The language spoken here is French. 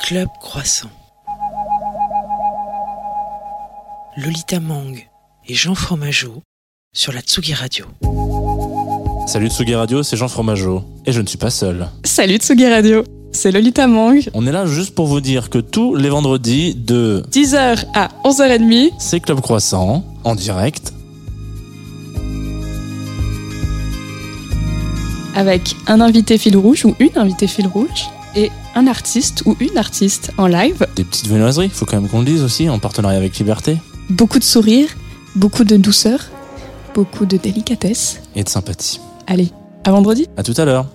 Club Croissant. Lolita Mang et Jean Fromageau sur la Tsugi Radio. Salut Tsugi Radio, c'est Jean Fromageau. Et je ne suis pas seul. Salut Tsugi Radio, c'est Lolita Mang. On est là juste pour vous dire que tous les vendredis de 10h à 11h30, C'est Club Croissant, en direct. avec un invité fil rouge ou une invitée fil rouge et un artiste ou une artiste en live. Des petites viennoiseries, faut quand même qu'on le dise aussi, en partenariat avec Liberté. Beaucoup de sourires, beaucoup de douceur, beaucoup de délicatesse. Et de sympathie. Allez, à vendredi À tout à l'heure.